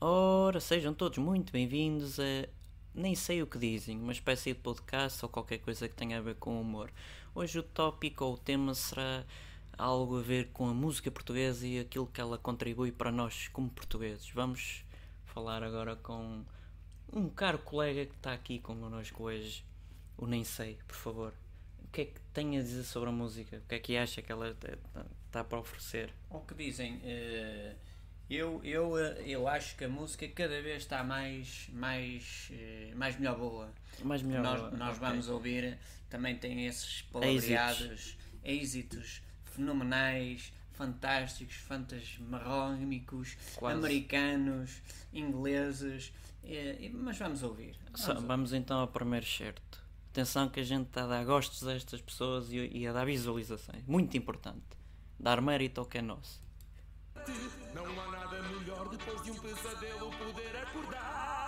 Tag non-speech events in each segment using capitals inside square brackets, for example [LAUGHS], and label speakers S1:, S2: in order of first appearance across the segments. S1: Ora, sejam todos muito bem-vindos a nem sei o que dizem, uma espécie de podcast ou qualquer coisa que tenha a ver com humor. Hoje o tópico ou o tema será algo a ver com a música portuguesa e aquilo que ela contribui para nós como portugueses. Vamos falar agora com um caro colega que está aqui connosco hoje, o Nem Sei, por favor. O que é que tem a dizer sobre a música? O que é que acha que ela está para oferecer?
S2: O que dizem? eh, eu, eu, eh, eu acho que a música cada vez está mais, mais, eh, mais melhor boa.
S1: Mais melhor.
S2: Nós, nós
S1: ok.
S2: vamos ouvir, também tem esses palavreados, êxitos fenomenais, fantásticos, fantasmarrómicos,
S1: Quase.
S2: americanos, ingleses, eh, e- mas vamos ouvir. Vamos
S1: Só-
S2: ouvir.
S1: vamos então ao primeiro certo. Atenção que a gente está a dar gostos a estas pessoas e, e a dar visualizações. Muito importante. Dar mérito ao que é nosso.
S3: Não há nada melhor depois de um pesadelo poder acordar.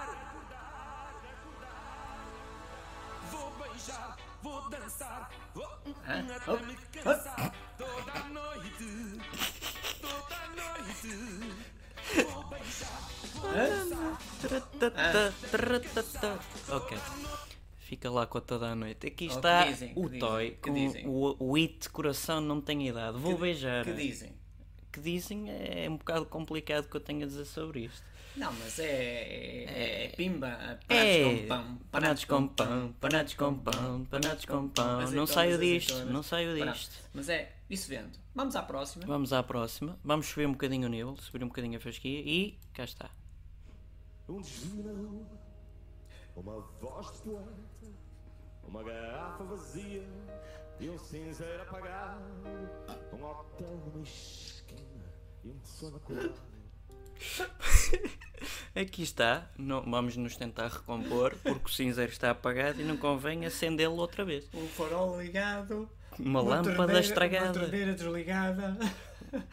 S3: Vou beijar, vou dançar, vou
S2: Hã?
S3: até me cansar toda noite. Toda noite. Vou beijar, vou dançar.
S1: Tratata, tratata. [LAUGHS] Ok. Fica lá com a toda a noite. Aqui
S2: Oh,
S1: está
S2: que dizem,
S1: o
S2: que
S1: Toy
S2: dizem, que
S1: com
S2: dizem.
S1: o, o It Coração Não Tem Idade. Vou beijar.
S2: que dizem?
S1: Que dizem é um bocado complicado que eu tenho a dizer sobre isto.
S2: Não, mas é, é, é, pimba, panados
S1: É,
S2: com pão,
S1: panados com pão, É, panados com pão, panados com pão. Não
S2: azeitonas,
S1: saio disto,
S2: azeitonas.
S1: não saio
S2: então Pronto.
S1: disto.
S2: assim, Mas é, isso vendo. Vamos à próxima.
S1: Vamos à próxima. Vamos subir um bocadinho o nível, subir um bocadinho a fasquia e cá está.
S4: um desvio na rua, uma voz de poeta, uma garrafa vazia e um cinzeiro apagado, um hotel numa esquina e um sono acordado.
S1: Aqui está. Não, vamos nos tentar recompor porque o cinzeiro está apagado e não convém acendê-lo outra vez.
S2: O farol ligado.
S1: Uma lâmpada estragada.
S2: Uma torneira desligada.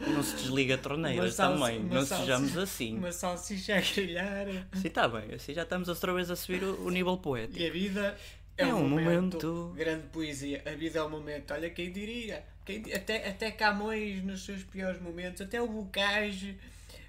S1: Não se desliga a torneira
S2: uma salsi-
S1: também.
S2: uma
S1: Não
S2: salsi-
S1: sejamos assim.
S2: Uma salsicha a grelhar.
S1: Sim, está bem. Assim já estamos outra vez a subir o, o nível poético.
S2: E a vida é,
S1: É um
S2: um momento.
S1: momento.
S2: Grande poesia. A vida é um momento. Olha quem diria. Quem di- até, até Camões, nos seus piores momentos, até o Bocage,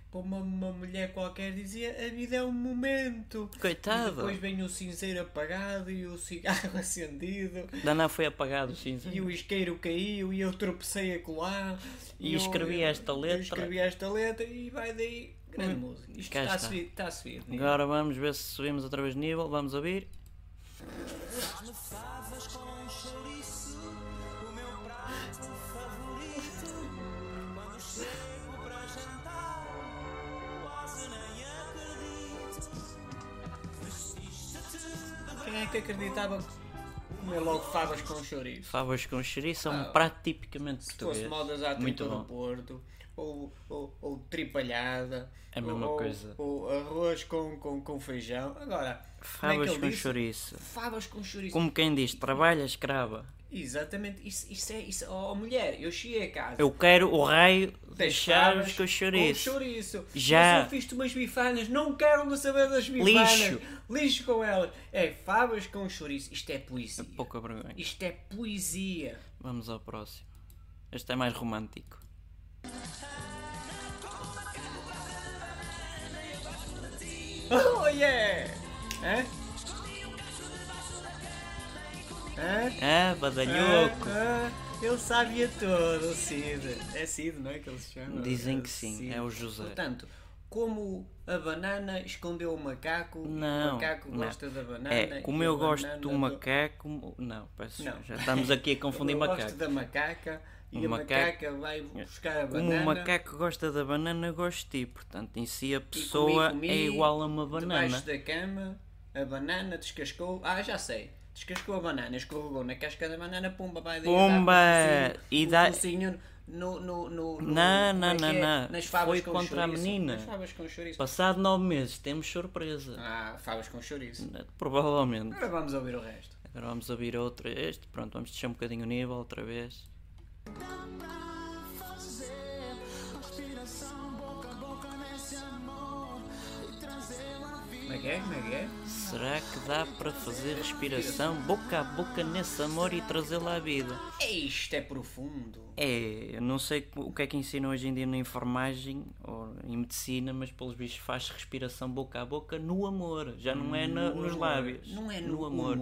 S2: com uma, uma mulher qualquer, dizia: A vida é um momento. E
S1: Coitado.
S2: depois vem o cinzeiro apagado e o cigarro [LAUGHS] acendido.
S1: Daná foi apagado o
S2: E
S1: cinzeiro.
S2: o isqueiro caiu e eu tropecei a colar.
S1: E
S2: eu-
S1: escrevi
S2: eu-
S1: esta
S2: eu
S1: letra.
S2: escrevi esta letra e vai daí. Grande música. Isto
S1: Cá
S2: está a
S1: está.
S2: subir. Está a subir.
S1: Agora vamos ver se subimos outra vez de nível. Vamos ouvir.
S5: Traz-me favas com chouriço, o meu prato favorito. Quando chego para jantar, quase nem acredito. Vestiste-te de
S2: Quem é que acreditava comer logo favas com chouriço?
S1: Favas com chouriço é um
S2: Ah,
S1: prato tipicamente
S2: Se fosse
S1: português.
S2: modas à
S1: Muito
S2: tinta do
S1: bom.
S2: Porto, ou, ou, ou tripalhada,
S1: É a mesma
S2: ou,
S1: coisa.
S2: ou arroz com, com, com feijão. Agora, como é que
S1: Favas
S2: ele
S1: com
S2: disse?
S1: chouriço.
S2: Favas com chouriço.
S1: Como quem diz, trabalha escrava.
S2: Exatamente, isso, isso é. Isso, oh, mulher, eu cheguei a casa.
S1: Eu quero o raio
S2: das
S1: deixar-vos
S2: favas
S1: com chouriço.
S2: chouriço.
S1: Já.
S2: Mas eu fiz-te umas bifanas, não quero me saber das bifanas.
S1: Lixo.
S2: Lixo com elas. É favas com chouriço. Isto é poesia.
S1: Pouca vergonha.
S2: Isto é poesia. [LAUGHS]
S1: Vamos ao próximo. Este é mais romântico.
S2: Oh yeah! Hã? Hã?
S1: Ah, badalhoco.
S2: Hã? Hã? Ele sabia tudo, o Cid. É Cid, não é que ele se chama?
S1: Dizem
S2: É
S1: que sim,
S2: Cid.
S1: é o José.
S2: Portanto, como a banana escondeu o macaco,
S1: Não,
S2: o macaco
S1: não.
S2: gosta da banana.
S1: É, como
S2: e
S1: eu
S2: a
S1: gosto
S2: banana
S1: do macaco. Não, peço,
S2: Não.
S1: já estamos aqui a confundir
S2: eu
S1: macaco.
S2: gosto da macaca e
S1: O
S2: a
S1: macaco- é
S2: macaca vai buscar a
S1: Como
S2: banana.
S1: o macaco gosta da banana, eu gosto de ti. Portanto, em si a
S2: e comi,
S1: pessoa
S2: comi,
S1: é igual a uma banana.
S2: Debaixo da cama, a banana descascou. Ah, já sei. Descascou a banana, escorregou na casca da banana, pumba, vai daí
S1: Pumba!
S2: dar com o focinho-
S1: E
S2: o
S1: dá-
S2: focinho no, no, no, no-
S1: Não,
S2: como é
S1: não,
S2: que é?
S1: não, não.
S2: Nas favas
S1: Foi
S2: com
S1: contra a
S2: chouriço.
S1: menina.
S2: Nas favas com chouriço.
S1: Passado nove meses, temos surpresa. É,
S2: Ah, favas com chouriço.
S1: Provavelmente.
S2: Agora vamos ouvir o resto.
S1: Agora vamos ouvir outra. Este, pronto, vamos deixar um bocadinho o nível outra vez.
S5: para fazer respiração boca a boca nesse amor e trazer a vida.
S2: Como é que é? Como é que é?
S1: Será que dá para fazer respiração boca a boca nesse amor e trazê-lo à vida?
S2: Ei, Isto é profundo.
S1: É, eu não sei o que é que ensinam hoje em dia na enfermagem ou em medicina, mas pelos bichos faz respiração boca a boca no amor, já não é na- nos lábios.
S2: Não é no, amor.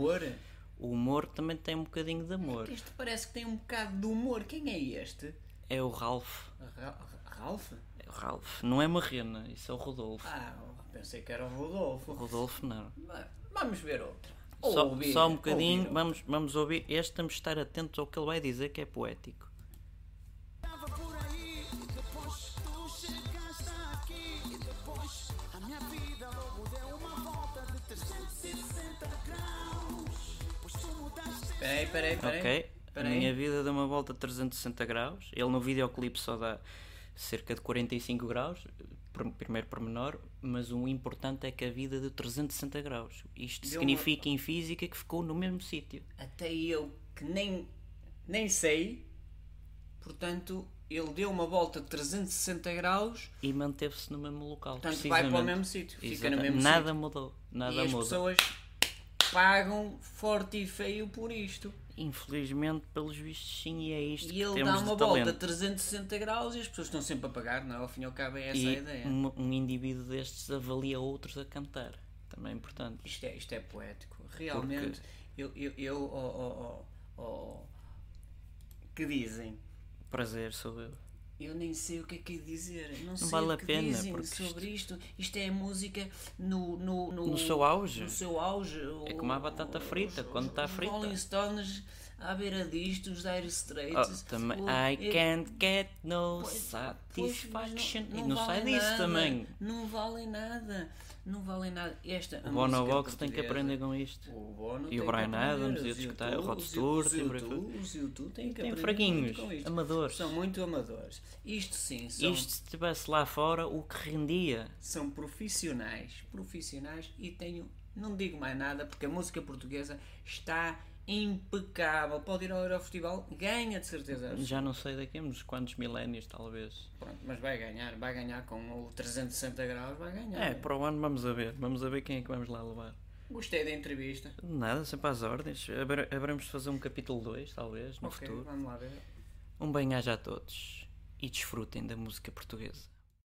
S1: O humor também tem um bocadinho de amor.
S2: Este parece que tem um bocado de humor. Quem é este?
S1: É o Ralph.
S2: Ra- Ralph?
S1: É o Ralph. Não é Marrena, isso é o Rodolfo.
S2: Ah, pensei que era o Rodolfo.
S1: Rodolfo não.
S2: Va- Vamos ver outro.
S1: Só,
S2: Ouvir,
S1: só um bocadinho,
S2: ouvir.
S1: vamos, vamos ouvir. Este temos de estar atentos ao que ele vai dizer, que é poético.
S5: Tava por aí, depois tu chegaste aqui e depois a minha vida logo deu uma volta de 360 graus. Pois tu mudaste.
S2: Peraí, peraí, peraí.
S1: Ok? A
S2: Peraí.
S1: minha vida deu uma volta de 360 graus. Ele no videoclipe só dá cerca de 45 graus, pr- primeiro pormenor, mas o importante é que a vida deu 360 graus. Isto
S2: Deu uma-
S1: significa em física que ficou no mesmo sítio.
S2: Até eu que nem, nem sei. Portanto, ele deu uma volta de 360 graus.
S1: E manteve-se no mesmo local.
S2: Portanto, vai para o
S1: precisamente.
S2: mesmo sítio, fica no
S1: Exatamente.
S2: mesmo
S1: Nada
S2: sítio.
S1: mudou. Nada
S2: e as
S1: muda.
S2: pessoas pagam forte e feio por isto.
S1: Infelizmente, pelos vistos, sim, e é isto
S2: E
S1: que
S2: ele
S1: temos
S2: dá uma
S1: de
S2: volta
S1: talento.
S2: de 360 graus e as pessoas estão sempre a pagar, não é? Ao fim e ao cabo é essa a
S1: e
S2: ideia.
S1: um, um indivíduo destes avalia outros a cantar. Também é importante.
S2: Isto é, isto é poético. Realmente, eu. eu, eu oh, oh, oh, oh, que dizem?
S1: Prazer, sou eu.
S2: Eu nem sei o que é que é dizer. Não, sei
S1: vale
S2: o
S1: a
S2: que
S1: pena,
S2: dizem
S1: porque
S2: sobre isto. Isto é música no, no, no,
S1: No seu auge?
S2: No seu auge.
S1: É como a batata frita, quando está frita.
S2: Os Rolling Stones à beira disto, os Dire
S1: Oh,
S2: Straits.
S1: também,
S2: o-
S1: I
S2: é-
S1: can't get no
S2: Pois, mas
S1: satisfaction.
S2: não-
S1: e não sai
S2: vale
S1: disso
S2: nada,
S1: também.
S2: Não vale nada. Não vale nada. Esta, a
S1: O Bono
S2: música
S1: Vox tem que
S2: portuguesa,
S1: aprender com isto.
S2: o Bono
S1: E
S2: tem
S1: o
S2: que
S1: Bryan
S2: aprender,
S1: Adams, e
S2: os
S1: outros que tá-
S2: YouTube,
S1: Rod
S2: os
S1: Stewart,
S2: YouTube,
S1: e por aí fora.
S2: Os YouTube têm que
S1: Tem
S2: aprender
S1: fraquinhos,
S2: muito com isto.
S1: amadores.
S2: São muito amadores. Isto sim, são,
S1: Isto se estivesse lá fora, o que rendia.
S2: são profissionais. Profissionais e tenho. Não digo mais nada porque a música portuguesa está impecável. Pode ir ao Eurofestival, ganha de certeza.
S1: Já não sei daqui a uns quantos milénios, talvez.
S2: Pronto, mas vai ganhar, vai ganhar com o 360 graus, vai ganhar.
S1: É, para o ano vamos a ver. Vamos a ver quem é que vamos lá levar.
S2: Gostei da entrevista.
S1: De Nada, sempre às ordens. Habre- Haveremos de fazer um capítulo 2, talvez, no
S2: Ok,
S1: futuro.
S2: vamos lá ver.
S1: Um bem-aja a todos e desfrutem da música portuguesa.